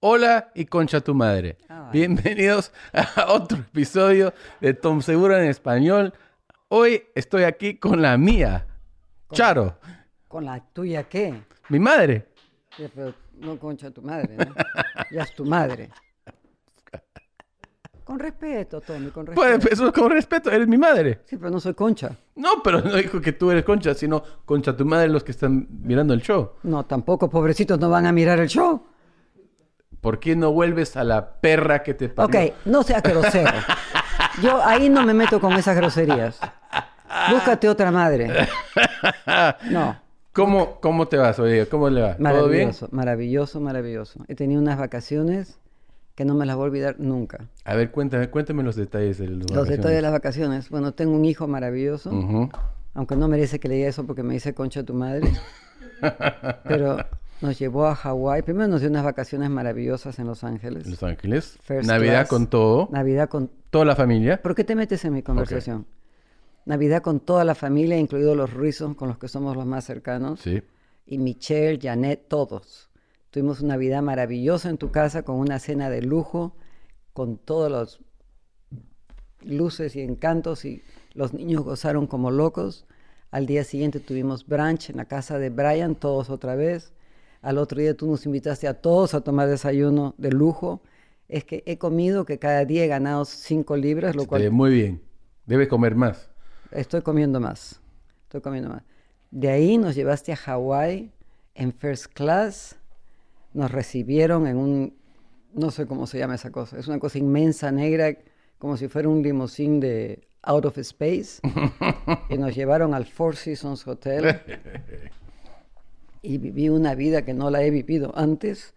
Hola y concha tu madre. Ah, bueno. Bienvenidos a otro episodio de Tom Segura en español. Hoy estoy aquí con la mía, Charo, ¿Con la tuya qué? mi madre. Ya, pero no concha tu madre, ¿no? Ya es tu madre. Con respeto, Tommy, con respeto. Pues eso con respeto, eres mi madre. Sí, pero no soy concha. No, pero no dijo que tú eres concha, sino concha tu madre los que están mirando el show. No, tampoco, pobrecitos, no van a mirar el show. ¿Por qué no vuelves a la perra que te Ok, parió? no seas grosero. Yo ahí no me meto con esas groserías. Búscate otra madre. No. ¿Cómo, ¿Cómo te vas hoy día? ¿Cómo le va? ¿Todo bien? Maravilloso, maravilloso, maravilloso. He tenido unas vacaciones que no me las voy a olvidar nunca. A ver, cuéntame, cuéntame los detalles de los Los detalles de las vacaciones. Bueno, tengo un hijo maravilloso. Ujú. aunque no merece que le diga eso porque me dice concha tu madre, pero nos llevó a Hawái. Primero nos dio unas vacaciones maravillosas en Los Ángeles. Los Ángeles. First Navidad class. con todo. Navidad con... Toda la familia. ¿Por qué te metes en mi conversación? Navidad con toda la familia, incluidos los ruizos, con los que somos los más cercanos, Sí. y Michelle, Janet, todos. Tuvimos una Navidad maravillosa en tu casa con una cena de lujo, con todos los luces y encantos y los niños gozaron como locos. Al día siguiente tuvimos brunch en la casa de Brian, todos otra vez. Al otro día tú nos invitaste a todos a tomar desayuno de lujo. Es que he comido que cada día he ganado 5 libras, lo cual Eh, muy bien. Debes comer más. estoy comiendo más. Estoy comiendo más. De ahí nos llevaste a Hawái en first class. Nos recibieron en un, no sé cómo se llama esa cosa, es una cosa inmensa, negra, como si fuera un limusín de Out of Space. y nos llevaron al Four Seasons Hotel. y viví una vida que no la he vivido antes.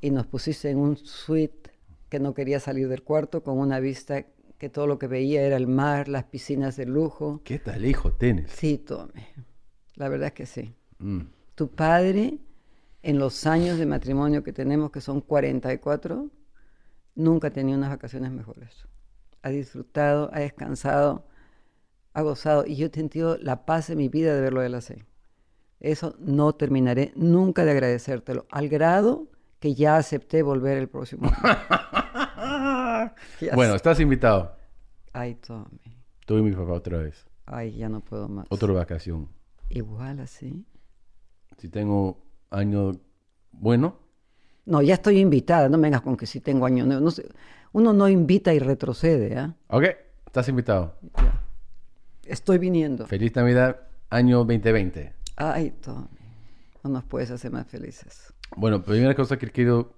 Y nos pusiste en un suite que no quería salir del cuarto, con una vista que todo lo que veía era el mar, las piscinas de lujo. ¿Qué tal hijo tienes? Sí, Tome. La verdad es que sí. Mm. Tu padre, en los años de matrimonio que tenemos, que son 44, nunca tenía unas vacaciones mejores. Ha disfrutado, ha descansado, ha gozado. Y yo he sentido la paz de mi vida de verlo de la C. Eso no terminaré nunca de agradecértelo, al grado que ya acepté volver el próximo año. Ya Bueno, sé. estás invitado. Ay, Tommy. Tú y mi papá otra vez. Ay, ya no puedo más. Otra vacación. Igual así. Si tengo año bueno, No, ya estoy invitada, no vengas con que si tengo año nuevo. No sé, Uno no invita y retrocede, ¿ah? ok, estás invitado. Ya. Estoy viniendo. Feliz Navidad, año 2020. Ay, Tommy, no nos puedes hacer más felices. Bueno, primera cosa que quiero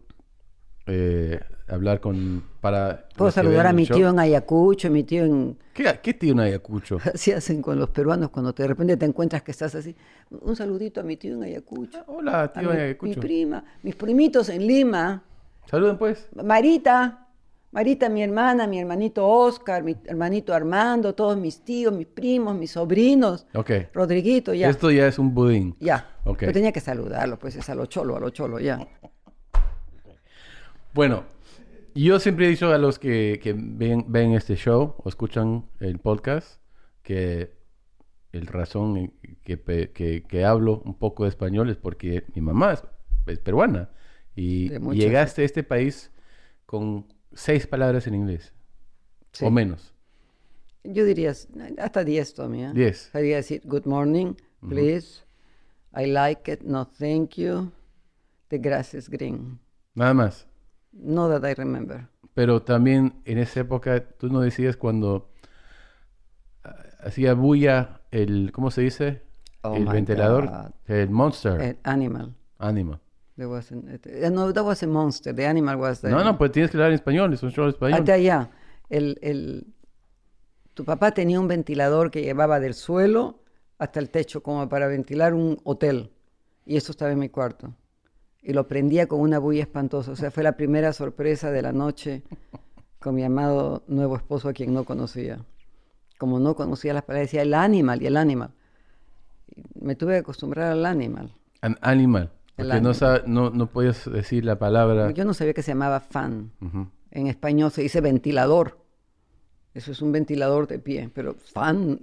eh, hablar con para. Puedo los que saludar vean a el mi show. tío en Ayacucho, mi tío en... ¿Qué, qué tío en Ayacucho? Así hacen con los peruanos cuando te- de repente te encuentras que estás así. Un saludito a mi tío en Ayacucho. Hola, A tío mi- en mi Ayacucho. prima, mis primitos en Lima. Saluden pues. Marita, Marita, mi hermana, mi hermanito Oscar, mi hermanito Armando, todos mis tíos, mis primos, mis sobrinos. Ok. Rodriguito, ya. Esto ya es un budín. Ya. Este- Ok. Yo tenía que saludarlo, pues es a lo cholo, a lo cholo, ya. Bueno, yo siempre he dicho a los que, que ven, ven este show o escuchan el podcast que el razón en que, pe- que- que hablo un poco de español es porque mi mamá es, es peruana y De muchas- llegaste a este país con seis palabras en inglés Sí. o menos. Yo diría s- hasta 10, Tommy. ¿eh? Diez. Podría decir, good morning, please. I like it, no thank you. The grass is green. Nada más. No that I remember. Pero también en esa época tú no decías cuando ah, hacía bulla el, ¿cómo se dice? Oh el my ventilador, God. el monster, Eh, animal. ánima. There was an, it- eh, no, that was a monster. The animal was the... No, no, pues tienes que hablar en español, es un show en español. Hasta allá. El, el, tu papá tenía un ventilador que llevaba del suelo hasta el techo, como para ventilar un hotel. Y eso estaba en mi cuarto. Y lo prendía con una bulla espantosa. O sea, fue la primera sorpresa de la noche con mi amado nuevo esposo, a quien no conocía. Como no conocía las palabras, decía el animal y el animal. Y me tuve que acostumbrar al animal. An animal. El Porque no, sa- no, no podías decir la palabra. Yo no sabía que se llamaba fan. Ujú. En español se dice ventilador. Eso es un ventilador de pie, pero fan,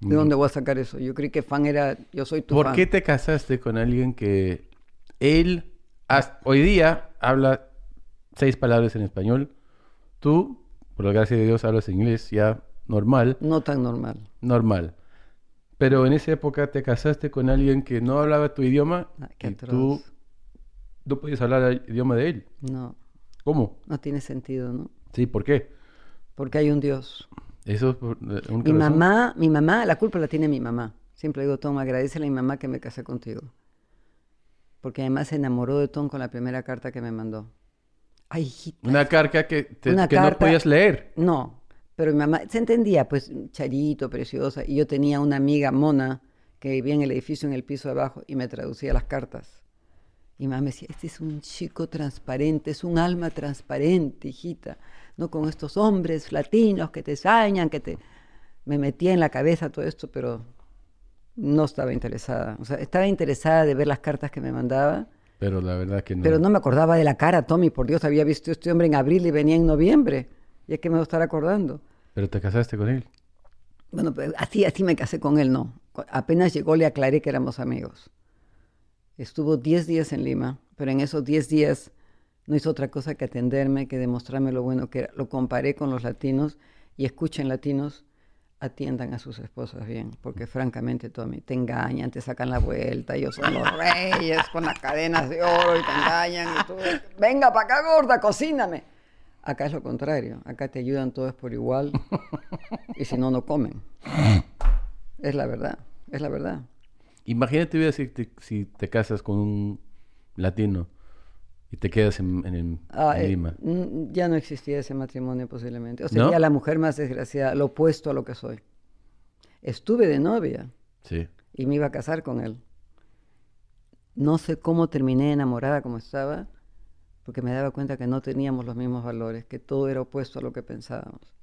¿de dónde voy a sacar eso? Yo creí que fan era, yo soy tu ¿Por fan. qué te casaste con alguien que él has- hoy día habla seis palabras en español. Tú, por la gracia de Dios, hablas inglés ya normal, No tan normal. normal. Pero en esa época te casaste con alguien que no hablaba tu idioma Ah, qué y tú atroz. no podías hablar el idioma de él. No, ¿Cómo? no tiene sentido, ¿no? Sí, ¿por qué? Porque hay un Dios. Eso es por- eh, un Mi corazón. mamá, mi mamá, la culpa la tiene mi mamá. Siempre digo, Tom, agradecele a mi mamá que me casé contigo. Porque además se enamoró de Tom con la primera carta que me mandó. Ay, hijita. Una carga que, te- Una que no carta. podías leer. No, pero mi mamá se entendía, pues, charito, preciosa. Y yo tenía una amiga mona que vivía en el edificio en el piso de abajo y me traducía las cartas. Y mamá me decía, este es un chico transparente, es un alma transparente, hijita. No con estos hombres latinos que te sañan, que te... Me metía en la cabeza todo esto, pero no estaba interesada. O sea, estaba interesada de ver las cartas que me mandaba, Pero la verdad que no. pero no me acordaba de la cara, Tommy, por Dios, había visto a este hombre en abril y venía en noviembre. Ya que me voy a estar acordando. Pero te casaste con él. Bueno, pero así, así me casé con él, no. Cu- Apenas llegó le aclaré que éramos amigos. Estuvo 10 días en Lima, pero en esos 10 días no hizo otra cosa que atenderme, que demostrarme lo bueno que era. Lo comparé con los latinos y escuchen latinos, atiendan a sus esposas bien, porque francamente, Tommy, te engañan, te sacan la vuelta, ellos son los reyes con las cadenas de oro y te engañan y tú, venga para acá gorda, cocíname. Acá es lo contrario, acá te ayudan todos por igual y si no, no comen. Es la verdad, es la verdad. Imagínate vida si te, si te casas con un latino y te quedas en, en- en Ah, eh, Lima. mm, ya no existía ese matrimonio posiblemente. O ¿No? sería la mujer más desgraciada, lo opuesto a lo que soy. Estuve de novia Sí. y me iba a casar con él. No sé cómo terminé enamorada como estaba, porque me daba cuenta que no teníamos los mismos valores, que todo era opuesto a lo que pensábamos.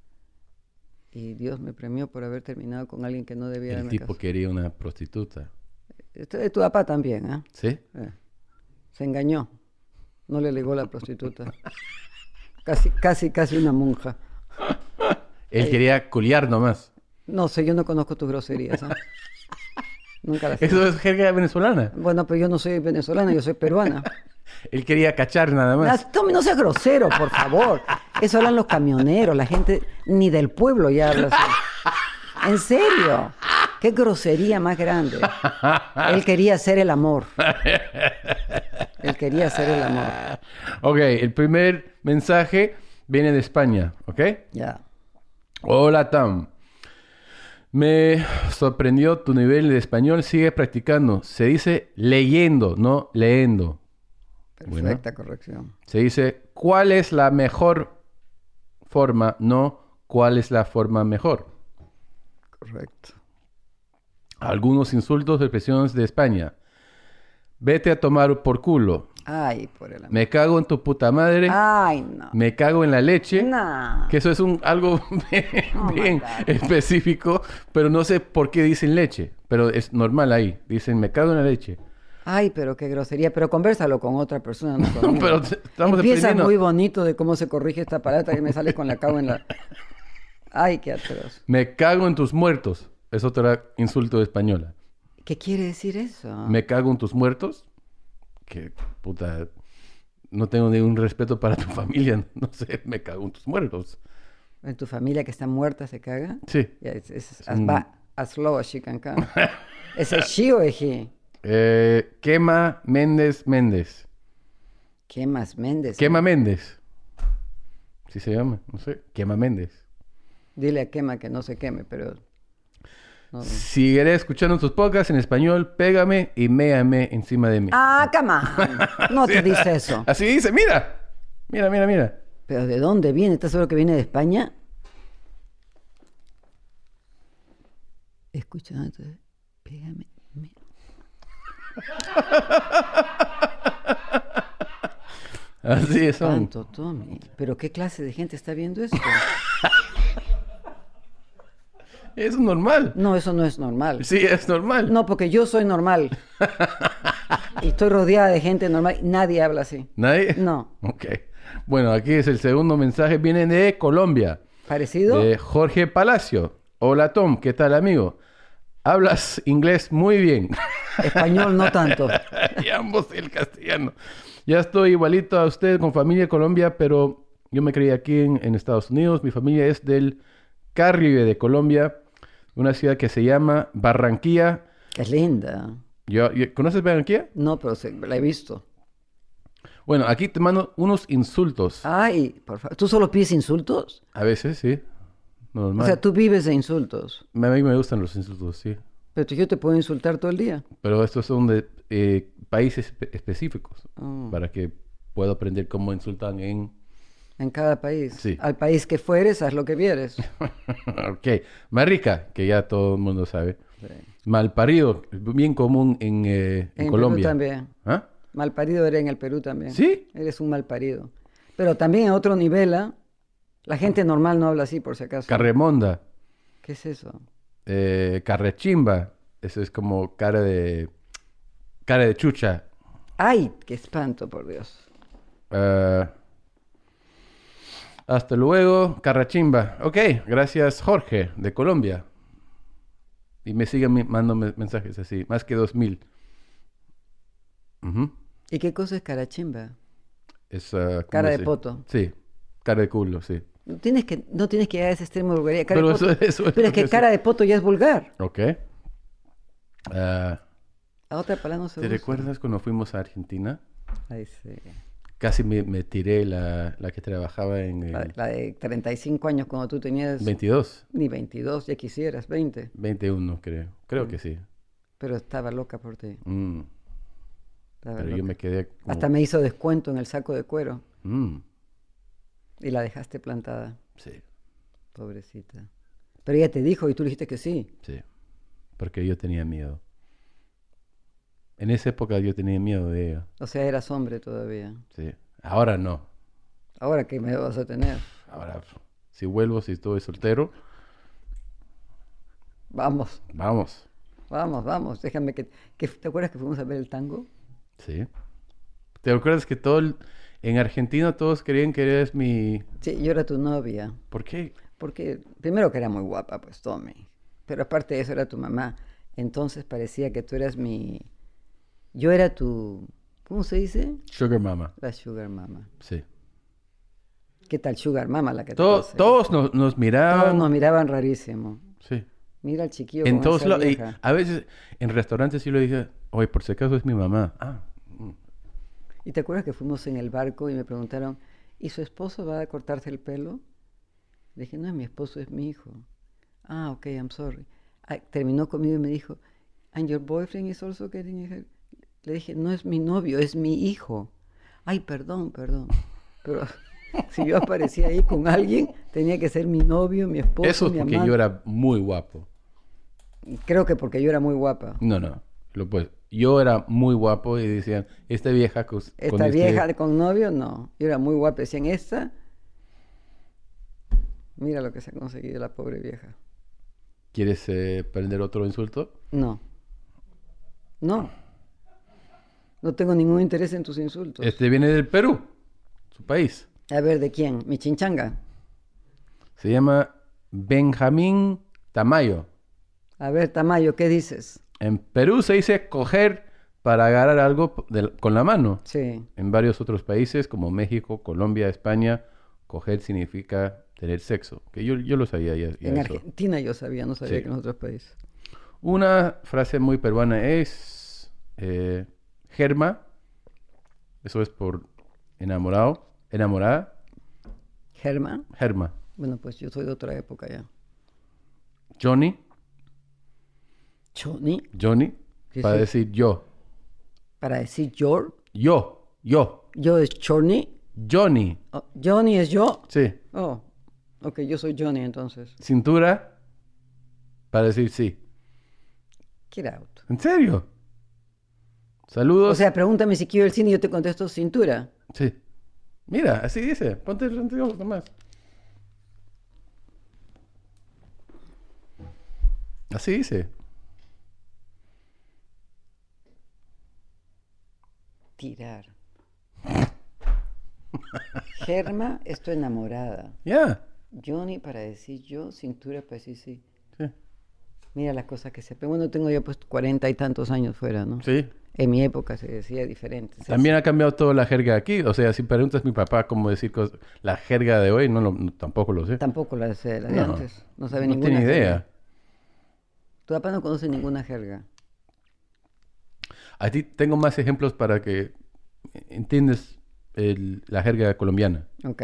Y Dios me premió por haber terminado con alguien que no debía El haberme tipo quería una prostituta. casado. Tu- Tu papá también, ¿ah? ¿Sí? Eh, Se engañó. No le legó la prostituta. Casi, casi, casi una monja. Él Eh. quería culiar nomás. No sé, yo no conozco tus groserías. ¿ah? Nunca las Eso es jerga venezolana. Bueno, pero yo no soy venezolana, yo soy peruana. Él quería cachar nada más. Las- Tommy, no seas grosero, por favor. Eso hablan los camioneros, la gente ni del pueblo ya habla así. En serio. Qué grosería más grande. Él quería hacer el amor. Él quería hacer el amor. Ok, el primer mensaje viene de España, ¿ok? Ya. Hola Tam. Me sorprendió tu nivel de español. Sigue practicando. Se dice leyendo, no leendo. Bueno. Perfecta corrección. Se dice cuál es la mejor forma, no cuál es la forma mejor. Correcto. Algunos insultos o expresiones de España. Vete a tomar por culo. Ay, por el amor. Me cago en tu puta madre. Ay, no. Me cago en la leche. Ah. No. Que eso es un algo bien, Oh my bien God. específico, pero no sé por qué dicen leche, pero es normal ahí. Dicen, me cago en la leche. Ay, pero qué grosería. Pero conversalo con otra persona. No conmigo. Pero te- estamos Empieza aprendiendo. muy bonito de cómo se corrige esta palabra que me sale con la cago en la. Ay, qué atroz. Me cago en tus muertos. Es otro insulto española. ¿Qué quiere decir eso? Me cago en tus muertos. Que puta. No tengo ningún respeto para tu familia. No sé, me cago en tus muertos. ¿En tu familia que está muerta se caga? Sí. Ya, es, es- as, va- as low as she can come. ¿Es el she o el he? Eh, quema Méndez Méndez. ¿Qué más, Méndez? Quema Méndez. Sí se llama, no sé. Quema Méndez. Dile a Quema que no se queme, pero. no. Seguiré escuchando tus podcasts en español, pégame y méame encima de mí. Ah, come on. No te dice eso. Así dice, mira. Mira, mira, mira. ¿Pero de dónde viene? ¿Estás seguro que viene de España? Escuchándote, pégame. me- Así es. son. Tanto, Tommy. ¿Pero qué clase de gente está viendo esto? Es normal. No, eso no es normal. Sí, es normal. No, porque yo soy normal. Y estoy rodeada de gente normal. Nadie habla así. ¿Nadie? No. Ok. Bueno, aquí es el segundo mensaje. Viene de Colombia. ¿Parecido? De Jorge Palacio. Hola Tom, ¿qué tal amigo? Hablas inglés muy bien. Español no tanto. y ambos el castellano. Ya estoy igualito a usted con familia de Colombia, pero yo me crié aquí en, en Estados Unidos. Mi familia es del Caribe de Colombia, una ciudad que se llama Barranquilla. Que es linda. Yo- yo- ¿Conoces Barranquilla? No, pero se- la he visto. Bueno, aquí te mando unos insultos. Ay, por favor. ¿Tú solo pides insultos? A veces, sí. Normal. O sea, tú vives de insultos. A mí me gustan los insultos, sí. Pero tú- yo te puedo insultar todo el día. Pero estos son de eh, países espe- específicos. Mm. Para que pueda aprender cómo insultan en... En cada país. Sí. Al país que fueres, haz lo que vieres. ok. Marrica, que ya todo el mundo sabe. Malparido, bien común en, eh, en Perú Colombia. también. ¿Ah? Malparido eres en el Perú también. ¿Sí? Eres un malparido. Pero también en otro nivel, ¿ah? la Ah. gente normal no habla así, por si acaso. Carremonda, ¿Qué es eso? eh, carrechimba. Eso es como cara de... Cara de chucha. ¡Ay, qué espanto, por Dios! Ah, hasta luego, Carrachimba. Ok, gracias Jorge de Colombia. Y me siguen mi- mandando me- mensajes así, más que 2000. Ujú. ¿Y qué cosa es carachimba? Es, ah, ¿cómo Cara de se- poto. Sí, cara de culo, sí. No tienes que, no tienes que llegar a ese extremo de vulgaridad. Cara Pero de eso, poto. eso es Pero es lo que es. cara de poto ya es vulgar. Ok. Ah, A otra palabra no se ¿Te Eh. usa. recuerdas cuando fuimos a Argentina? Ay, sí. Casi me, me tiré la, la que trabajaba en el La, la de 35 años cuando tú tenías 22, ni 22, ya quisieras, 20. 21 creo. Mm. Creo que sí. Pero estaba loca por ti. Mm. estaba Pero yo loca. me quedé como, Hasta me hizo descuento en el saco de cuero "Mm, y la dejaste plantada. sí, Pobrecita. Pero ella te dijo y tú le dijiste que sí. sí. Porque yo tenía miedo. En esa época yo tenía miedo de ella. O sea, eras hombre todavía. Sí. Ahora no. Ahora que me vas a tener. Ahora, si vuelvo, si estoy soltero, Vamos, vamos. vamos, vamos. Déjame que, que- ¿Te acuerdas que fuimos a ver el tango? Sí. ¿Te acuerdas que todo el- en Argentina todos creían que eres mi... Sí, yo era tu novia. ¿Por qué? Porque primero que era muy guapa, pues Tommy. Pero aparte de eso era tu mamá. Entonces parecía que tú eras mi... Yo era tu... ¿Cómo se dice? Sugar mama. La sugar mama. Sí. ¿Qué tal sugar mama la que te To- pasé? todos nos, nos Todos miraban. nos miraban rarísimo. Sí. Mira al chiquillo En con todos esa lados. y vieja. A veces en restaurantes sí lo dije, oye, por si acaso es mi mamá. Ah, mm, ¿Y te acuerdas que fuimos en el barco y me preguntaron, ¿y su esposo va a cortarse el pelo? Le dije, no es mi esposo, es mi hijo. Ah, ok, I'm sorry. Ah, terminó conmigo y me dijo, ¿and your boyfriend is also getting a hair-" Le dije, no es mi novio, es mi hijo. Ay, perdón, perdón. Pero si yo aparecía ahí con alguien, tenía que ser mi novio, mi esposo, Eso es mi porque amante. yo era muy guapo. Creo que porque yo era muy guapa. No, no. Lo pues, yo era muy guapo y decían, esta vieja cos- con, Esta este- vieja de- con novio, no. Yo era muy guapa. Decían, esta. Mira lo que se ha conseguido la pobre vieja. ¿Quieres eh, aprender otro insulto? No. No. No tengo ningún interés en tus insultos. Este viene del Perú, su país. A ver, ¿de quién? Mi chinchanga. Se llama Benjamín Tamayo. A ver, Tamayo, ¿qué dices? En Perú se dice coger para agarrar algo p- del- con la mano. Sí. En varios otros países como México, Colombia, España, coger significa tener sexo. Que yo, yo lo sabía ya. ya en eso. Argentina yo sabía, no sabía Sí. que en otros países. Una frase muy peruana es eh, germa. Eso es por enamorado, enamorada, Germán. germa. Bueno, pues yo soy de otra época ya. Johnny, Johnny, Johnny, ¿Qué es para eso? decir yo. para decir yo, Yo, yo, yo es Johnny. Johnny. Oh, Johnny es yo. Sí. Oh, ok, yo soy Johnny entonces. Cintura, para decir sí. Get out. ¿En serio? Saludos. O sea, pregúntame si quiero el cine y yo te contesto cintura. sí. Mira, así dice. Ponte el anteojos nomás. Así dice. Tirar. Germa es tu enamorada. Ya. Johnny para decir yo, cintura para decir sí. Sí. pues, Mira las cosas que se... Bueno, tengo yo pues cuarenta y tantos años fuera, ¿no? Sí. En mi época se decía diferente. Entonces, También ha cambiado toda la jerga aquí. O sea, si preguntas a mi papá cómo decir cosas, la jerga de hoy, no, lo- no, tampoco lo sé. Tampoco la sé, la de No. antes. No sabe no ninguna. tiene jerga. idea. Tu papá no conoce ninguna jerga. A ti tengo más ejemplos para que entiendas el- la jerga colombiana. Ok.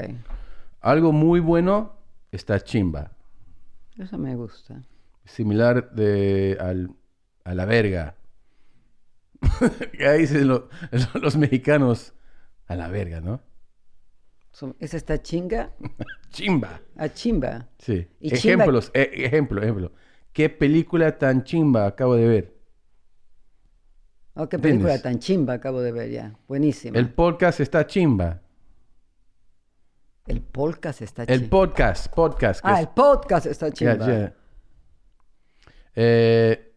Algo muy bueno está chimba. Eso me gusta. Similar de al, a la verga. Ahí dicen lo- los mexicanos. A la verga, ¿no? So- Esa está chinga Chimba. a chimba. Sí. Y chimba- Ejemplos, e- ejemplo, ejemplo. ¿Qué película tan chimba acabo de ver? Oh, qué película ¿Entiendes? tan chimba acabo de ver ya. Buenísima. El El, podcast está chimba. podcast está El chimba. podcast, podcast. que ah, es- el podcast está ya, chimba. ya. Eh,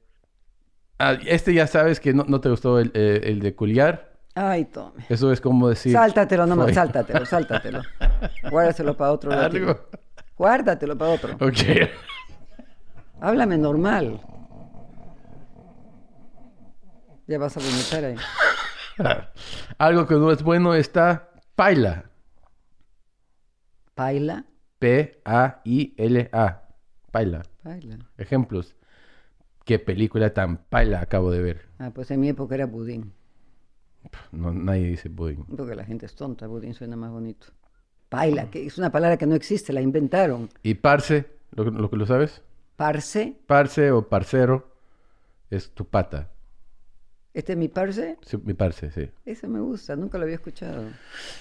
ah, este ya sabes que no, no te gustó el, eh, el de culiar. Ay, tome. Eso es como decir... Sáltatelo nomás, Soy- sáltatelo, sáltatelo. Guárdatelo para otro ratito. algo. Guárdatelo para otro. Ok. Háblame normal. Ya vas a vomitar ahí. Algo que no es bueno está paila. Paila, P-A-I-L-A. Paila. paila. Ejemplos. ¿Qué película tan paila acabo de ver? Ah, pues en mi época era budín. No, nadie dice pudding. Porque la gente es tonta, budín suena más bonito. Paila, que es una palabra que no existe, la inventaron. ¿Y parce? ¿Lo, lo, lo sabes? Parse, Parce o parcero es tu pata. este es mi parse, Sí, mi parce, sí. ese me gusta, nunca lo había escuchado.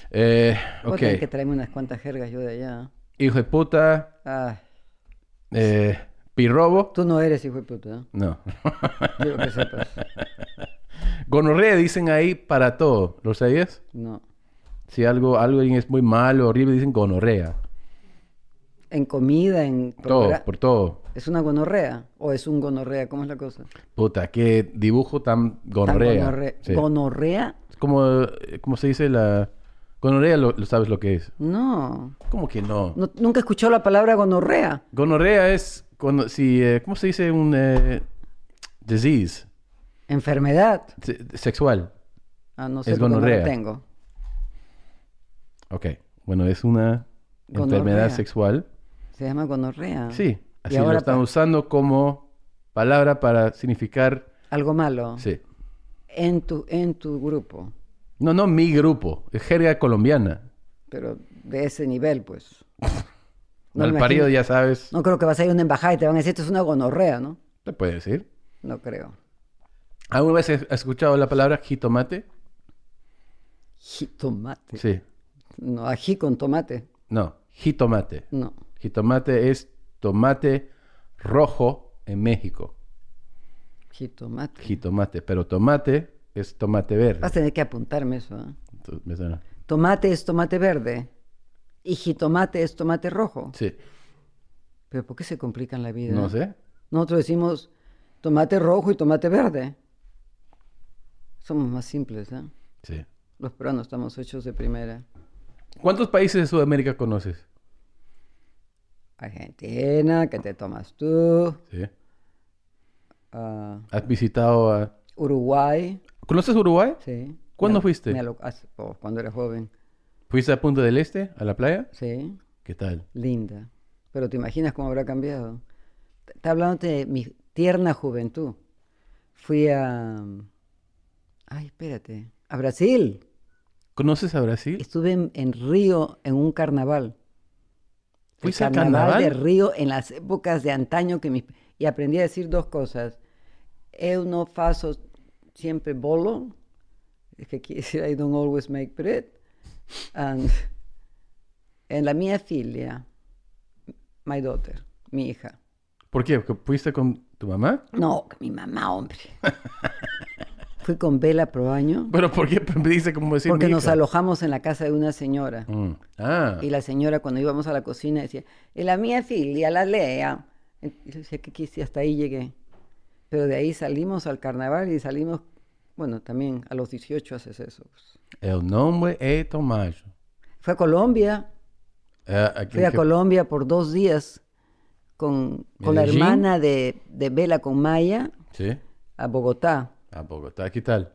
Eh, Voy a tener que ok. traerme unas cuantas jergas yo de allá. Hijo de puta. Ah, Eh, pirrobo. tú no eres hijo de puta, ¿eh? No. quiero que sepas. Gonorrea dicen ahí para todo. ¿Lo sabías? No. Si algo, algo es muy malo, horrible, dicen gonorrea. En comida, en... Todo, progra- por todo. ¿Es una gonorrea? ¿O es un gonorrea? ¿Cómo es la cosa? Puta, qué dibujo tan Tan gonorrea. gonorre- Sí. ¿Gonorrea? Es como, eh, ¿cómo se dice la...? Gonorrea lo, lo sabes lo que es. No. ¿Cómo que no? No- Nunca escuchó la palabra gonorrea. Gonorrea es cuando, si, eh, ¿cómo se dice un eh, disease Enfermedad. Se- sexual? Ah, no sé Es porque no la gonorrea. tengo. Ok, bueno, es una Gonorrea. enfermedad sexual. Se llama gonorrea. Sí, así ahora lo están pa- usando como palabra para significar... Algo malo. Sí. En, tu, en tu grupo. No, no mi grupo, es jerga colombiana. Pero de ese nivel, pues. No Al me parido imagino- ya sabes, No creo que vas a ir a una embajada y te van a decir esto es una gonorrea, ¿no? te puede decir. No creo. ¿Alguna vez has escuchado la palabra jitomate? Jitomate. Sí. No, ají con tomate. No, jitomate. No. Jitomate es tomate rojo en México. Jitomate. Jitomate, pero tomate es tomate verde. Vas a tener que apuntarme eso, ¿ah? Entonces, me suena. Tomate es tomate verde. Y jitomate es tomate rojo. Sí, Pero ¿por qué se complican la vida? no sé. Nosotros decimos tomate rojo y tomate verde. Somos más simples, ¿eh? Sí. Los peruanos estamos hechos de primera. ¿Cuántos países de Sudamérica conoces? Argentina, que te tomas tú. Sí. Ah, ¿Has visitado a... Uruguay, ¿Conoces Uruguay? sí. ¿Cuándo Me- fuiste? me alo- hace- oh, cuando era joven, ¿Fuiste a Punta del Este, a la playa? sí. ¿Qué tal? Linda. Pero te imaginas cómo habrá cambiado. T- Está hablando de mi tierna juventud. Fui a... mm, Ay, espérate. A Brasil. ¿Conoces a Brasil? Estuve en, en Río en un carnaval. El ¿Fuiste al de carnaval? Río en las épocas de antaño que mis- y aprendí a decir dos cosas. Eu no faço siempre bolo, es que quiere decir I don't always make bread. And en la mia figlia, my daughter, mi hija. ¿Por qué? ¿Porque fuiste con tu mamá? No, mi mamá, hombre. Fui con Bela Proaño ¿Pero por qué me dice cómo decir porque mi nos hija? alojamos en la casa de una señora. Mm. Ah, Y la señora cuando íbamos a la cocina decía, y la mía filia, la lea. Y yo decía, ¿qué quise? Hasta ahí llegué. Pero de ahí salimos al carnaval y salimos, bueno, también a los 18 haces eso. pues. el nombre es Tomás. Fue a Colombia, Eh, aquí- fui a que- Colombia por dos días con, con la ¿Medellín? hermana de, de Vela, con Maya, Sí, a Bogotá. a Bogotá. ¿Qué tal?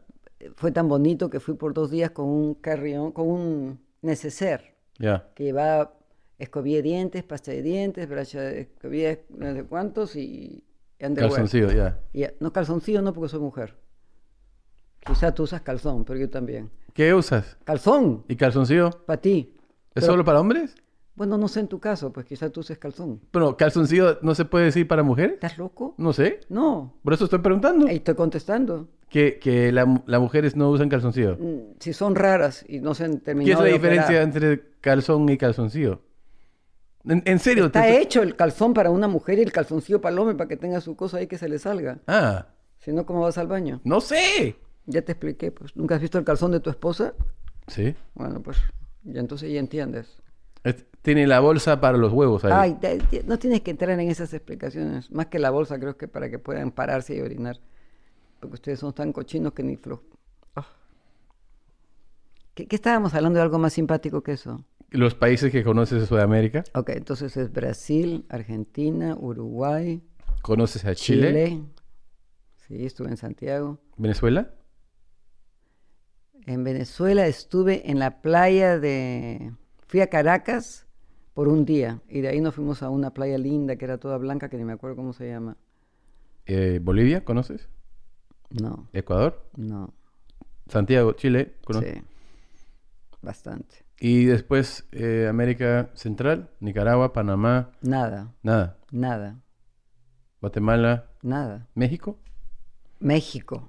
fue tan bonito que fui por dos días con un carrión, con un neceser, Ya. que llevaba escobilla de dientes, pasta de dientes, bracha de escobilla, no sé cuántos, y underwear. Calzoncillo, ya. Y, eh, no, calzoncillo no, porque soy mujer. Quizá tú usas calzón, pero yo también. ¿Qué usas? ¡Calzón! ¿Y calzoncillo? Para ti. ¿Es Pero- solo para hombres? Bueno, no sé en tu caso, pues quizá tú uses calzón. Bueno, calzoncillo no se puede decir para mujeres. ¿Estás loco? No sé. No. Por eso estoy preguntando. Ahí estoy contestando. Que, que la- las mujeres no usan calzoncillo. Mm, Si son raras y no se han terminado. ¿Qué es la de operar. diferencia entre calzón y calzoncillo? En, en serio. Está te- hecho el calzón para una mujer y el calzoncillo para el hombre para que tenga su cosa ahí que se le salga. Ah, Si no, ¿cómo vas al baño? no sé. Ya te expliqué, pues. ¿Nunca has visto el calzón de tu esposa? Sí. Bueno, pues ya entonces ya entiendes. Es- tiene la bolsa para los huevos ahí. Ay, te- te- no tienes que entrar en esas explicaciones. Más que la bolsa, creo que para que puedan pararse y orinar. Porque ustedes son tan cochinos que ni flo. Ah. ¿Qué, qué estábamos hablando de algo más simpático que eso? Los países que conoces de Sudamérica. Ok, entonces es Brasil, Argentina, Uruguay, ¿Conoces a Chile. Chile? Sí, estuve en Santiago. ¿Venezuela? En Venezuela estuve en la playa de... Fui a Caracas por un día y de ahí nos fuimos a una playa linda que era toda blanca que ni me acuerdo cómo se llama. Eh, ¿Bolivia? ¿Conoces? No, ¿Ecuador? no. ¿Santiago? ¿Chile? ¿Conoces? Sí, bastante. Y después eh, América Central, Nicaragua, Panamá, Nada, nada. nada, Guatemala, nada. México. México.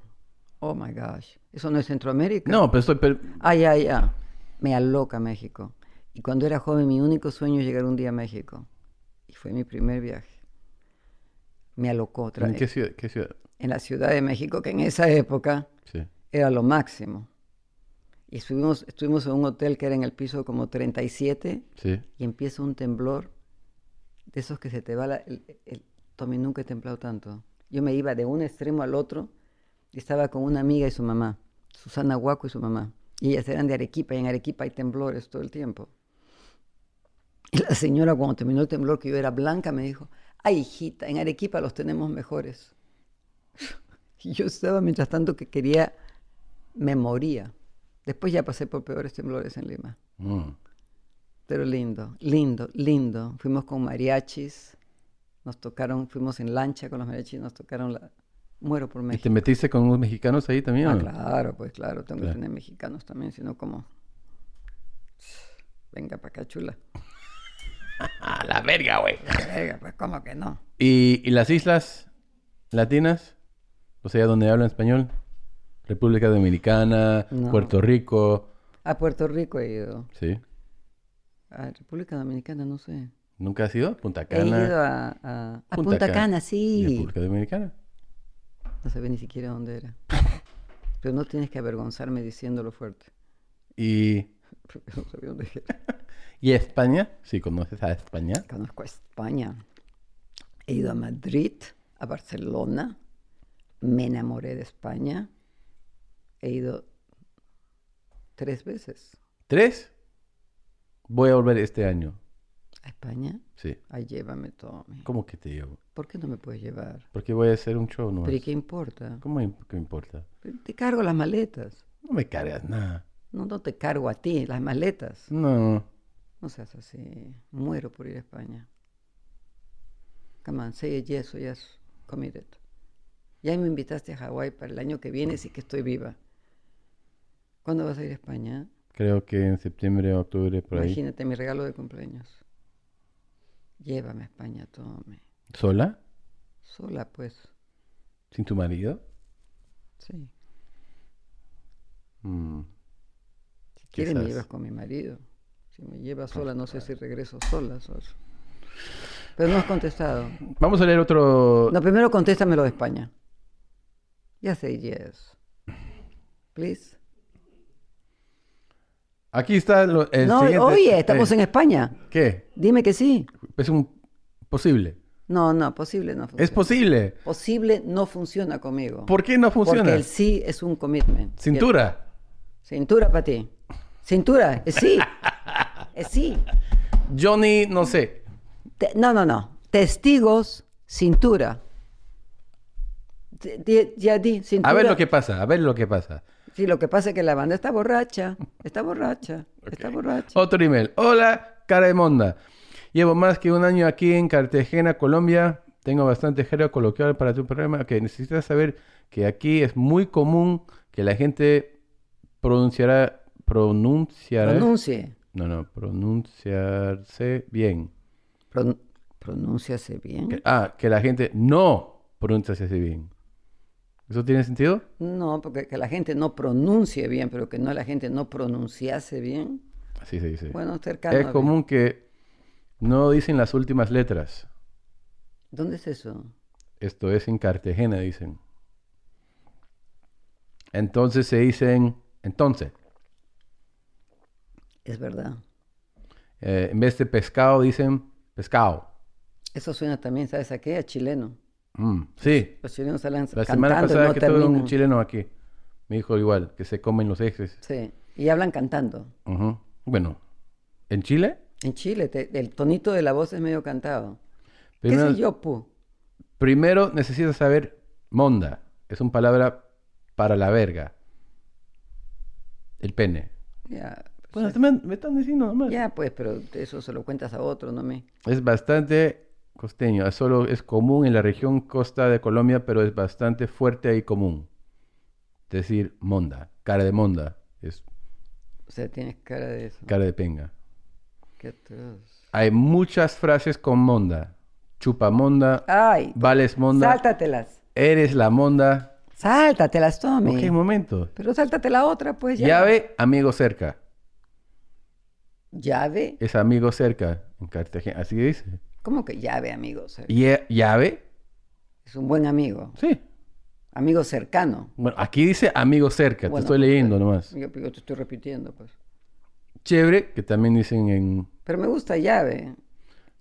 Oh my gosh. Eso no es Centroamérica. No, pero estoy... per- Ay, ay, ay. Me aloca México. Y cuando era joven, mi único sueño es llegar un día a México. Y fue mi primer viaje. Me alocó otra ¿En vez. qué ciudad? ¿Qué ciudad? en la Ciudad de México, que en esa época Sí. era lo máximo. Y estuvimos, estuvimos en un hotel que era en el piso como 37 Sí. y empieza un temblor de esos que se te va la, el, el- Tommy, nunca he temblado tanto. Yo me iba de un extremo al otro y estaba con una amiga y su mamá, Susana Guaco y su mamá. Y ellas eran de Arequipa y en Arequipa hay temblores todo el tiempo. Y la señora cuando terminó el temblor, que yo era blanca, me dijo, ay hijita, en Arequipa los tenemos mejores. Y yo estaba mientras tanto que quería, me moría. Después ya pasé por peores temblores en Lima. Mm. Pero lindo, lindo, lindo. Fuimos con mariachis, nos tocaron, fuimos en lancha con los mariachis, nos tocaron la... Muero por ¿Y te México. metiste con unos mexicanos ahí también? o Ah, no? claro, pues claro, tengo Claro. que tener mexicanos también, sino como... Venga para acá, chula. ¡A Ah, la verga, güey! Venga, pues cómo que no. ¿Y, y las islas latinas? O sea, donde hablan español. República Dominicana, No. Puerto Rico. A Puerto Rico he ido. Sí. A República Dominicana, no sé. ¿Nunca has ido? Punta He Cana. ido a, a, a Punta Punta, Cana. Cana, y sí. República Dominicana. No sabía ni siquiera dónde era. Pero no tienes que avergonzarme diciéndolo fuerte. ¿Y, Porque no sabía dónde era. y España? Sí, conoces a España. Conozco a España. He ido a Madrid, a Barcelona. Me enamoré de España. He ido tres veces ¿Tres? Voy a volver este año. a España. Sí. Ay, llévame, Tommy. ¿Cómo que te llevo? ¿Por qué no me puedes llevar? Porque voy a hacer un show nomás. ¿Pero y qué importa? ¿Cómo im- qué importa? Te cargo las maletas. No me cargas nada. No, no te cargo a ti, las maletas. No. No seas así. Muero por ir a España. Come on, say yes or yes. Committed. Ya me invitaste a Hawái para el año que viene, sí que estoy viva. ¿Cuándo vas a ir a España? Creo que en septiembre o octubre, por ahí. Imagínate mi regalo de cumpleaños. Llévame a España, tome. ¿Sola? Sola, pues. ¿Sin tu marido? Sí. Mm. Si quieres, me Quizás. llevas con mi marido. Si me llevas sola, no sé si regreso sola. sos- Pero no has contestado. Vamos a leer otro. No, primero contéstame lo de España. Ya sé, yes. Please. Aquí está lo- el no, siguiente- oye, estamos eh, en España. ¿Qué? Dime que sí. Es un posible. No, no, posible no funciona. Es posible. posible no funciona conmigo. ¿Por qué no funciona? Porque el sí es un commitment. Cintura. Cintura para ti. Cintura, es sí. Es sí. Johnny, no sé. Te- no, no, no. Testigos, cintura. Te- te- ya di, cintura. A ver lo que pasa, a ver lo que pasa. Sí, lo que pasa es que la banda está borracha, está borracha, está Ok. borracha. Otro email. Hola, cara de monda. Llevo más que un año aquí en Cartagena, Colombia. Tengo bastante jerga coloquial para tu programa. Que necesitas saber que aquí es muy común que la gente pronunciará, pronunciará, Pronuncie. no, no, pronunciarse bien. Pron- pronúnciase bien. Que- ah, que la gente no pronunciarse bien. ¿Eso tiene sentido? No, porque que la gente no pronuncie bien, pero que no la gente no pronunciase bien. Así se dice. Bueno, cercano. es a bien. común que no dicen las últimas letras. ¿Dónde es eso? Esto es en Cartagena, dicen. Entonces se dicen, entonces, Es verdad. eh, en vez de pescado dicen pescado. Eso suena también, ¿sabes a qué? A chileno. Mm, sí, Los chilenos salen la semana cantando y pasada no que tuve un terminan. chileno aquí, me dijo igual, que se comen los ejes. Sí, y hablan cantando. Ujú. Bueno, ¿en Chile? En Chile, te- el tonito de la voz es medio cantado. Primero, ¿Qué sé yo, pu? primero necesitas saber monda, es una palabra para la verga. El pene. Ya, Bueno, también me están diciendo nomás. ya, pues, pero eso se lo cuentas a otro, no me. Es bastante costeño, es solo es común en la región costa de Colombia, pero es bastante fuerte y común. Es decir, monda, cara de monda, es O sea, tienes cara de eso. cara de penga. Qué atroz. Hay muchas frases con monda. Chupa monda, Ay, vales monda, sáltatelas. eres la monda. Sáltatelas, Tommy. ¿En qué momento? Pero sáltate la otra, pues. Ya. Llave, amigo cerca. ¿Llave? Es amigo cerca en Cartagena, así dice. ¿Cómo que llave, amigo? O sea, Ye- ¿Llave? es un buen amigo. Sí. Amigo cercano. Bueno, aquí dice amigo cerca, Bueno, te estoy leyendo nomás. Yo, yo te estoy repitiendo, pues. Chévere, que también dicen en Pero me gusta llave.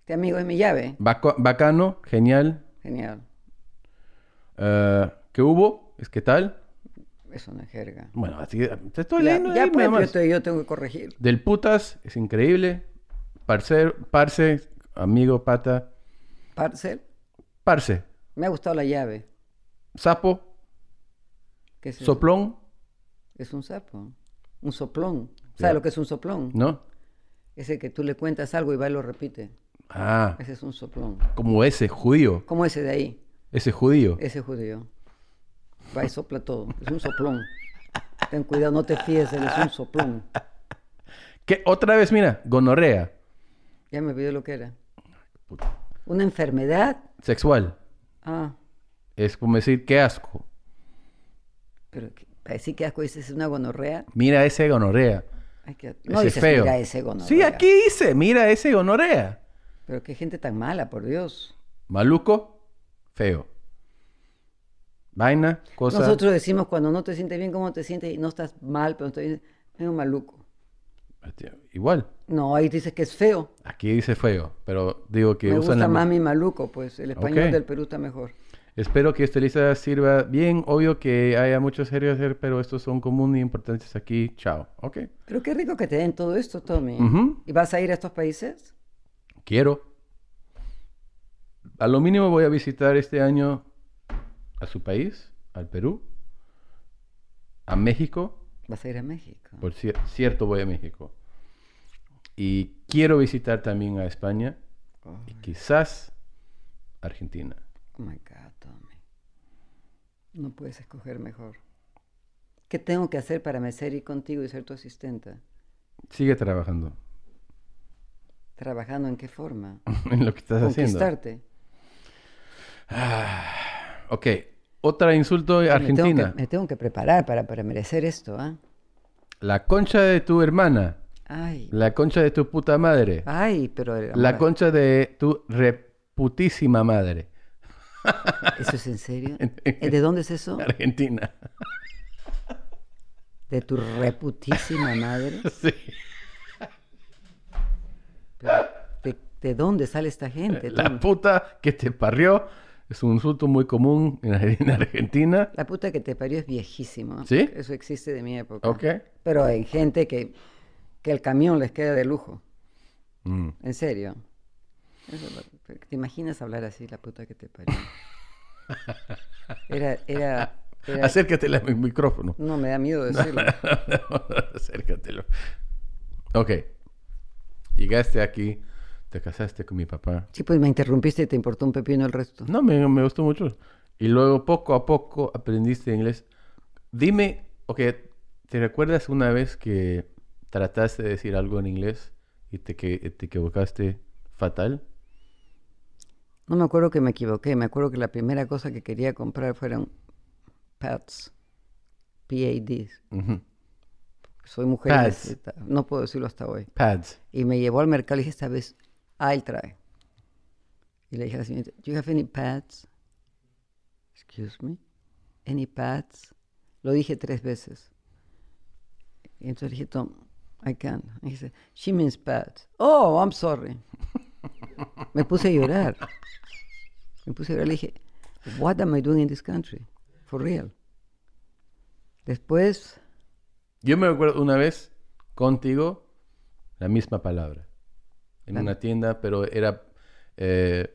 Este amigo es mi llave. Baco- bacano, genial. Genial. Eh, ¿Qué hubo? ¿Es qué tal? Eso no es jerga. Bueno, así que te estoy Ya, leyendo ya, ahí pues, nada yo, más. estoy- yo tengo que corregir. Del putas, es increíble. Parcer, parce, amigo, pata. Parcel. Parce, Me ha gustado la llave. sapo, ¿Qué es eso? soplón, Es un sapo. Un soplón. ¿Sabes Ya. lo que es un soplón? ¿no? Ese que tú le cuentas algo y va y lo repite. Ah, Ese es un soplón. como ese judío, Como ese de ahí. ese judío. Ese judío. Va y sopla todo. Es un soplón. Ten cuidado, no te fíes, él es un soplón. Que otra vez, mira, gonorrea, Ya me olvidé lo que era. Puta. Una enfermedad. sexual. Ah, Es como decir, qué asco. pero que- para decir que asco dices una gonorrea. Mira ese gonorrea. Hay que, Ese no dices, feo. mira ese gonorrea. Sí, aquí dice, mira ese gonorrea. Pero qué gente tan mala, por Dios. Maluco, feo. Vaina, cosa. Nosotros decimos cuando no te sientes bien, cómo te sientes y no estás mal, pero no estás bien, es un maluco. Este, Igual. No, ahí dices que es feo. Aquí dice feo, pero digo que Me usan la gusta mi- más mi maluco, pues el español Ok. del Perú está mejor. Espero que esta lista sirva bien. Obvio que haya muchos serios hacer, pero estos son comunes y importantes aquí. Chao. Ok. Pero qué rico que te den todo esto, Tommy. Ujú. ¿Y vas a ir a estos países? Quiero. A lo mínimo voy a visitar este año a su país, al Perú, a México. Vas a ir a México. Por cier- cierto, voy a México. Y quiero visitar también a España Oh, y quizás Argentina. my God, Tommy. No puedes escoger mejor. ¿Qué tengo que hacer para merecer ir contigo y ser tu asistenta? Sigue trabajando ¿Trabajando en qué forma? en lo que estás haciendo. Conquistarte. Ok, otra insulto de Me tengo que- Argentina. Me tengo, que, preparar para, para merecer esto, ¿ah? La concha de tu hermana, Ay, la concha de tu puta madre, ay, Ah, pero el la amor- concha de tu reputísima madre. ¿Eso es en serio? ¿Eh, ¿De dónde es eso? Argentina. ¿De tu reputísima madre? Sí. Pero, ¿de, de dónde sale esta gente? Tommy? La puta que te parrió es un insulto muy común en en Argentina. La puta que te parió es viejísimo. ¿ah? ¿Sí? Eso existe de mi época. Ok. Pero hay gente que, que el camión les queda de lujo. Mm. En serio. Eso es lo- pero ¿Te imaginas hablar así, la puta que te parió? Era, era Era- Acércatela al micrófono. No, me da miedo decirlo. Acércatelo. Ok. Llegaste aquí, te casaste con mi papá. Sí, pues me interrumpiste y te importó un pepino el resto. No, me, me gustó mucho. Y luego poco a poco aprendiste inglés. Dime, ok, ¿te recuerdas una vez que trataste de decir algo en inglés y te, que, te equivocaste fatal? No me acuerdo que me equivoqué, me acuerdo que la primera cosa que quería comprar fueron pads, PADs. Ujú. Soy mujer, y Pads. necesita- no puedo decirlo hasta hoy. Pads. Y me llevó al mercado y dije, esta vez, I'll try. Y le dije a la señorita, ¿Do you have any pads? Excuse me. ¿Any pads? Lo dije tres veces. Y entonces dije, Tom, I can. Y dice, she means pads. Oh, I'm sorry. Me puse a llorar. Me puse a llorar. Le dije, what am I doing in this country? For real. Después, Yo me recuerdo una vez contigo la misma palabra en Claro. una tienda, pero era eh,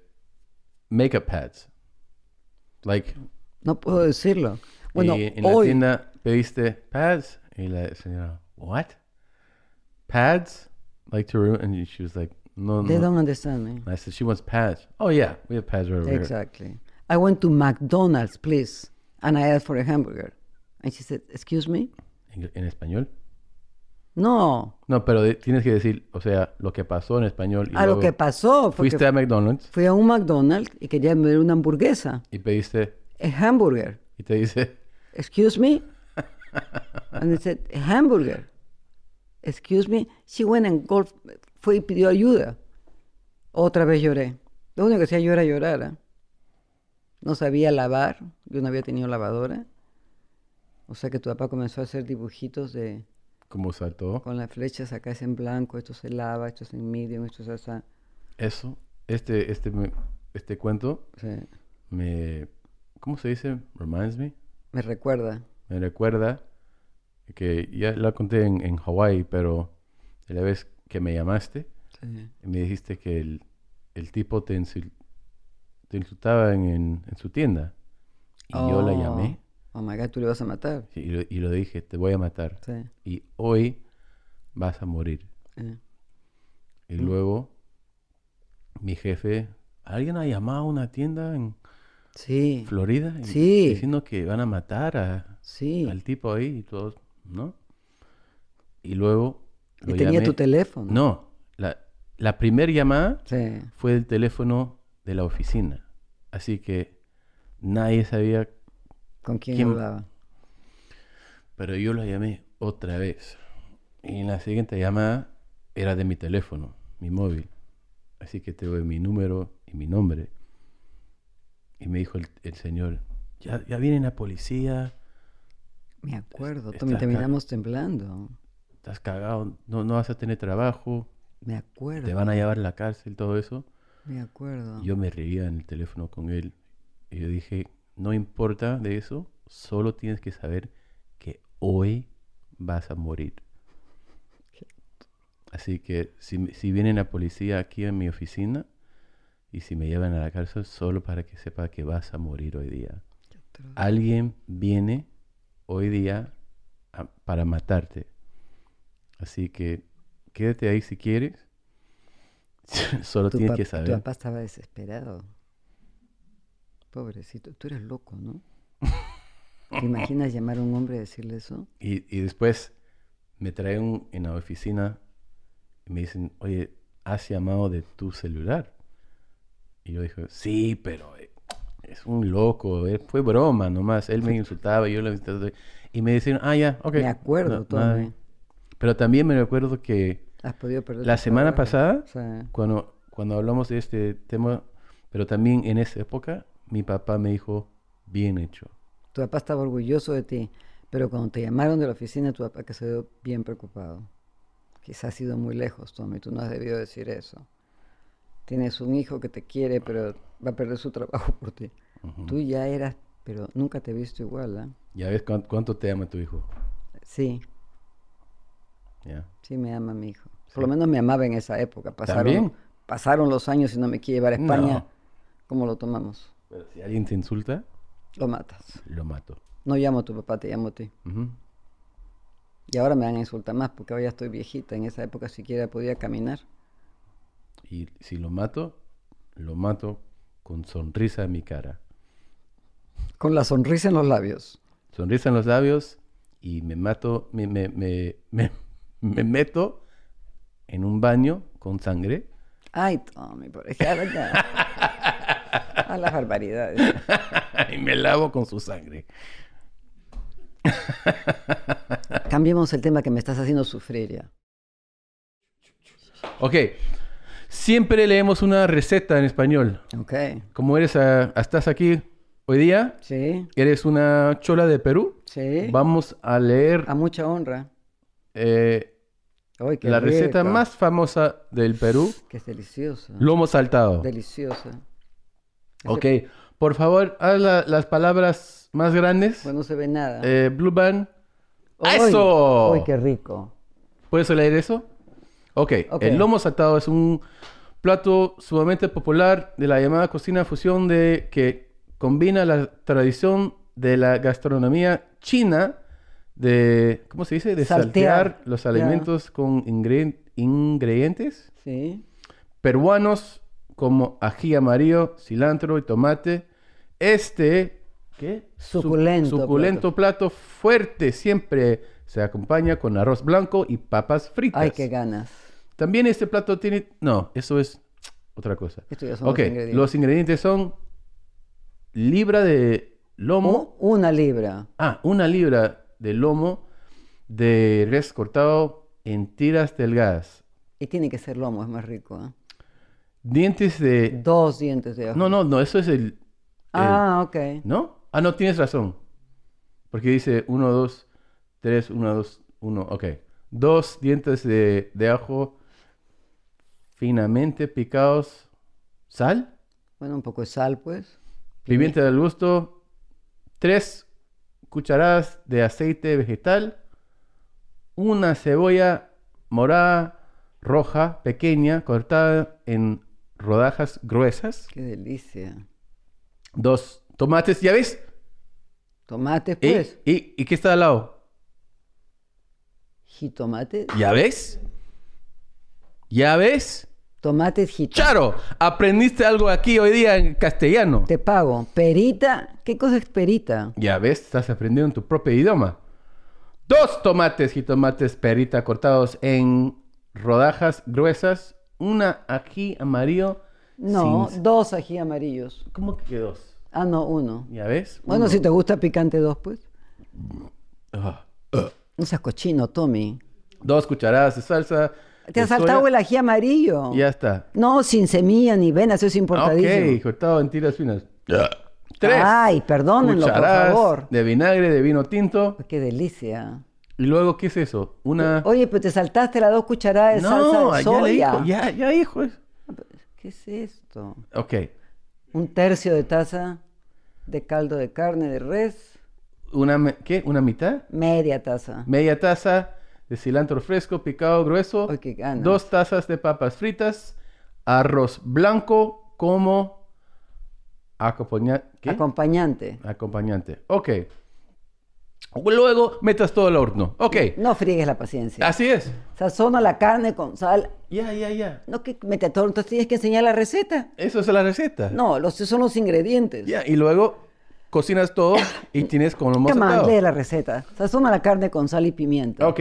makeup pads. Like, no puedo decirlo. Bueno, y Eh, en la hoy... tienda pediste pads y la señora, what? Pads? Like to remove, and she was like, no, They no. don't understand me. And I said she wants pads. Oh yeah, we have pads right over here. Exactly. I went to McDonald's, please, and I asked for a hamburger. And she said, Excuse me? En, en español. No. No, pero de- tienes que decir, o sea, lo que pasó en español. Y A Ah, lo luego que pasó fue fuiste que a McDonald's fui a un McDonald's y quería ver una hamburguesa, y pediste a hamburger. y te dice Excuse me? and they said, a hamburger. Excuse me? She went and golf, fue y pidió ayuda. Otra vez lloré. Lo único que hacía yo era llorar. ¿ah? No sabía lavar, yo no había tenido lavadora. O sea que tu papá comenzó a hacer dibujitos de cómo saltó. con las flechas acá es en blanco, esto se lava, esto es en medium, esto es así. Eso, este, este, me- este cuento O sea, me, ¿cómo se dice? Reminds me, me recuerda. me recuerda que ya la conté en, en Hawái, pero la vez que me llamaste y me dijiste que el, el tipo te, insul- te insultaba en, en- en su tienda y yo la Oh, llamé Oh my god, tú le vas a matar. y lo, y lo dije, te voy a matar Sí, y hoy vas a morir. sí. Y luego mi jefe, alguien ha llamado a una tienda en Sí, Florida y- Sí. diciendo que van a matar a- sí. al tipo ahí y todos, ¿no? Y luego Y lo tenía llamé. tu teléfono. No, la, la primera llamada Sí. fue el teléfono de la oficina. Así que nadie sabía, ¿Con quién, ¿Quién? hablaba? pero yo lo llamé otra vez. Y la siguiente llamada era de mi teléfono, mi móvil. Así que te doy mi número y mi nombre. Y me dijo el, el señor, ya, ya viene la policía, Me acuerdo, está Tommy, acá. terminamos temblando. estás cagado, no, no vas a tener trabajo, Me acuerdo. te van a llevar a la cárcel, todo eso. Me acuerdo. Yo me reía en el teléfono con él y yo dije, no importa de eso, solo tienes que saber que hoy vas a morir. Así que si, me- si viene la policía aquí a mi oficina y si me llevan a la cárcel, solo para que sepa que vas a morir hoy día. Qué atroz. Alguien viene hoy día a- para matarte. Así que quédate ahí si quieres. Solo Tu tienes pap- que Tu saber. papá estaba desesperado. Pobrecito, tú eres loco, ¿no? ¿Te imaginas llamar a un hombre y decirle eso? Y, y después me traen en la oficina y me dicen, oye, has llamado de tu celular. Y yo dije, sí, pero eh, es un loco, eh, fue broma nomás. Él me insultaba, yo le insultaba. Y me dicen, ah, ya, ok. Me acuerdo, No- nada". Tommy. Pero también me recuerdo que Has podido perder la tu semana trabajo. pasada, O sea, cuando, cuando hablamos de este tema, pero también en esa época, mi papá me dijo, bien hecho. tu papá estaba orgulloso de ti, pero cuando te llamaron de la oficina, tu papá que se quedó bien preocupado. Quizás has ido muy lejos, Tommy, tú no has debido decir eso. Tienes un hijo que te quiere, pero va a perder su trabajo por ti. Tú ya eras, pero nunca te he visto igual, ¿ah? Ya ves cuán- cuánto te ama tu hijo. Sí, ¿ya? sí me ama mi hijo. Por lo menos me amaba en esa época. Pasaron, ¿También? pasaron los años y no me quiere llevar a España. No. ¿Cómo lo tomamos? Pero si alguien te insulta, Lo matas. lo mato. No llamo a tu papá, te llamo a ti. Ujú. Y ahora me van a insultar más porque ahora ya estoy viejita. En esa época siquiera podía caminar. Y si lo mato, lo mato con sonrisa en mi cara. Con la sonrisa en los labios. Sonrisa en los labios y me mato, me, me, me, me, me meto en un baño con sangre. Ay, Tommy, por ejemplo. A las barbaridades. y me lavo con su sangre. Cambiemos el tema que me estás haciendo sufrir ya. Ok. Siempre leemos una receta en español. Ok. Como eres, ah, estás aquí hoy día, Sí, eres una chola de Perú. sí. Vamos a leer A mucha honra. eh, Ay, Ah, qué la receta rico. más famosa del Perú, Que es deliciosa. lomo saltado. Deliciosa. Ok. Por favor, haz la- las palabras más grandes. Bueno, Pues no se ve nada. Eh, Blue Band. ¡Ay! ¡Eso! ¡Ay, qué rico! ¿Puedes leer eso? ok. Ok. El lomo saltado es un plato sumamente popular de la llamada cocina fusión de que combina la tradición de la gastronomía china de, ¿cómo se dice? De saltear, Saltear. los Ya. alimentos con ingre- ingredientes Sí. peruanos como ají amarillo, cilantro y tomate. Este, ¿qué? Su- Suculento suculento plato. fuerte siempre se acompaña con arroz blanco y papas fritas. ¡Ay, qué ganas! También este plato tiene... No, eso es otra cosa. Esto ya son Ok, los ingredientes. los ingredientes son libra de lomo. Un- Una libra. Ah, una libra de lomo de res cortado en tiras delgadas. Y tiene que ser lomo, es más rico. ¿eh? Dientes de Dos dientes de ajo. No, no, no, eso es el. Ah, ok. ¿No? Ah, no, tienes razón. Porque dice 1, 2, 3, 1, 2, 1. Ok. Dos dientes de, de ajo finamente picados. Sal. Bueno, un poco de sal, pues. Pimienta del gusto. Tres cucharadas de aceite vegetal. Una cebolla morada, roja, pequeña, cortada en rodajas gruesas. ¡Qué delicia! Dos tomates. ¿Ya ves? Tomate, ¿Y, pues. y- y qué está al lado? Jitomate. ¿Ya ves? ¿Ya ves? Tomate, jitomate. Charo, aprendiste algo aquí hoy día en castellano. Te pago. Perita. ¿Qué cosa es perita? Ya ves, estás aprendiendo en tu propio idioma. Dos tomates, jitomates perita cortados en rodajas gruesas. Una ají amarillo. No, sin- dos ají amarillos. ¿Cómo que dos? Ah, no, uno. ¿Ya ves? Bueno, Uno. si te gusta picante, dos, pues. Ah. No seas cochino, Tommy. Dos cucharadas de salsa. Te de has saltado soya. el ají amarillo. Ya está. Ah, No, sin semilla ni venas, eso es importadísimo. Ok, cortado en tiras finas. Tres. Ay, perdónenlo, Ah, por cucharadas favor. de vinagre, de vino tinto. Qué delicia. Y luego, ¿qué es eso? Una... Oye, pero te saltaste las dos cucharadas de Ah. no, salsa ya le de soya. dijo, ya, ya dijo eso. ¿Qué es esto? Ok. Un tercio de taza de caldo de carne de res, Una, me- ¿Qué? ¿Una mitad? media taza. Media taza de cilantro fresco picado grueso. Ay, qué ganas. Dos tazas de papas fritas. Arroz blanco como acompaña- ¿qué? Acompañante. acompañante. Ok. Luego metas todo al horno. Ok. No friegues la paciencia. Así es. Sazona la carne con sal. Ya, ya, ya. No, que mete todo. Entonces tienes que enseñar la receta. Eso es la receta. No, los son los ingredientes. Ya, y luego cocinas todo y tienes con lo Come on, saltado. lee la receta. Sazona la carne con sal y pimienta. Ok.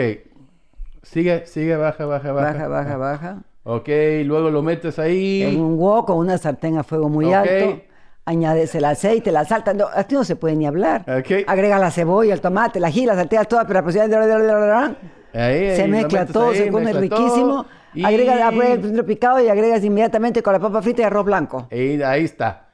Sigue, sigue, baja, baja, baja. Baja, baja, baja. Ok, luego lo metes En ahí. un wok o una sartén a fuego muy Ok. alto. Añades el aceite, la salta. No, aquí no se puede ni hablar. Ok. Agrega la cebolla, el tomate, la gila, salteas toda, pero la posibilidad de... Ahí, ahí, Se lo mezcla metes todo, ahí, se come mezcla riquísimo. todo, Y... Agrega ah, el cilantro picado y agregas inmediatamente con la papa frita y arroz blanco. Ahí, ahí está.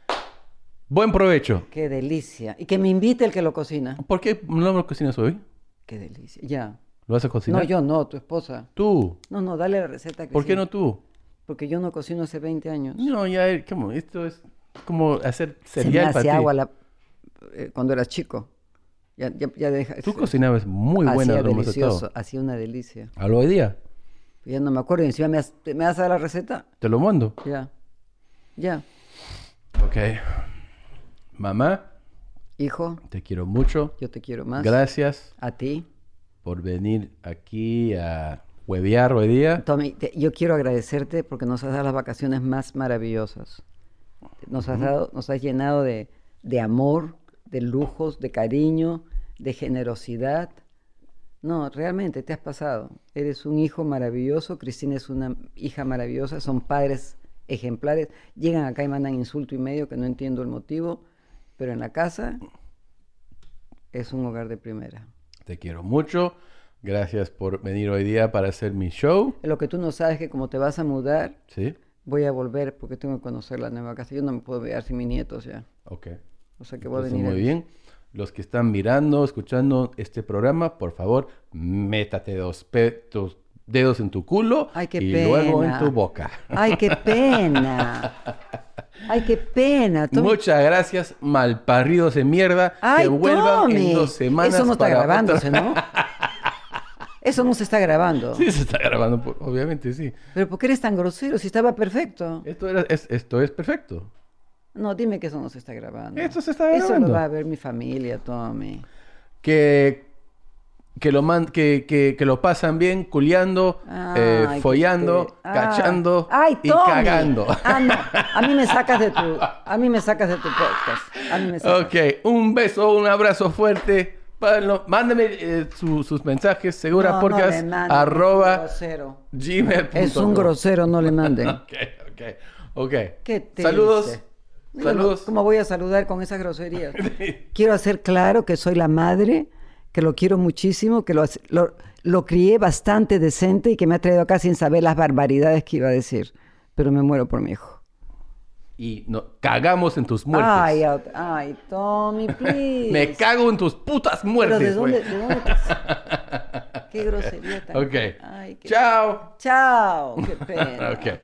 Buen provecho. Eh, Qué delicia. Y que me invite el que lo cocina. ¿Por qué no lo cocinas hoy? Qué delicia. Ya. ¿Lo vas a cocinar? No, yo no, tu esposa. Tú. No, no, dale la receta. que ¿Por qué sí. no tú? Porque yo no cocino hace 20 años. No, ya, eh, ¿cómo? Esto es como hacer Se me cereal para ti. hace agua la- eh, cuando era chico. Ya, ya, ya deja. Tú se- cocinabas muy bueno, hacía lo hemos delicioso, estado. hacía una delicia. A lo hoy día. Ya no me acuerdo, y encima me, has- te- me vas a dar la receta. Te lo mando. Ya. Ya. Ok. Mamá, Hijo, Te quiero mucho. yo te quiero más. Gracias A ti. por venir aquí a huevear hoy día. Tommy, te- yo quiero agradecerte porque nos has dado las vacaciones más maravillosas. Nos has, dado, nos has llenado de, de amor, de lujos, de cariño, de generosidad. No, realmente te has pasado. Eres un hijo maravilloso, Cristina es una hija maravillosa, son padres ejemplares. Llegan acá y mandan insulto y medio, que no entiendo el motivo, pero en la casa es un hogar de primera. Te quiero mucho. Gracias por venir hoy día para hacer mi show. Lo que tú no sabes es que como te vas a mudar, ¿Sí? Voy a volver porque tengo que conocer la nueva casa. Yo no me puedo quedar sin mis nietos ya. Ok. O sea que voy Entonces, a venir. muy a- bien. Los que están mirando, escuchando este programa, por favor, métate dos pe- tus dedos en tu culo Ay, qué y pena. luego en tu boca. Ay, qué pena. Ay, qué pena. Tommy. Muchas gracias, malparridos de mierda. Ay, que vuelvan Tommy. en dos semanas. Eso no está para otra- grabándose, ¿no? Eso no se está grabando. Sí, se está grabando, por- obviamente, sí. Pero ¿por qué eres tan grosero? Si estaba perfecto. Esto, era- es, esto es perfecto. No, dime que eso no se está grabando. Esto se está Ah. Eso lo grabando. va a ver mi familia, Tommy. Que, que, lo man- que, que, que lo pasan bien, culiando, eh, Ay, qué follando, pe- Ah. cachando Ay, y Tommy. cagando. Ah, no. A mí me sacas de tu, a mí me sacas de tu podcast. A mí me sacas. Ok, un beso, un abrazo fuerte. Pádenlo- Mándenme eh, su- sus mensajes, segura No, no podcast, le manden, Es un arroba grosero. gmail.com. Es un grosero, no le manden. Ok, ok, ok. Qué triste. Saludos. Yo no- Saludos. ¿Cómo voy a saludar con esas groserías? Quiero hacer claro que soy la madre, que lo quiero muchísimo, que lo, hace- lo, lo crié bastante decente y que me ha traído acá sin saber las barbaridades que iba a decir. Pero me muero por mi hijo. Y no, cagamos en tus muertes. Ay, au- ay, Tommy, please. Me cago en tus putas Pero muertes. ¿de dónde? güey. ¿De dónde? te- Qué grosería tan. pues. Ok. Ay, qué- Chao. Chao. Qué pena. Ok.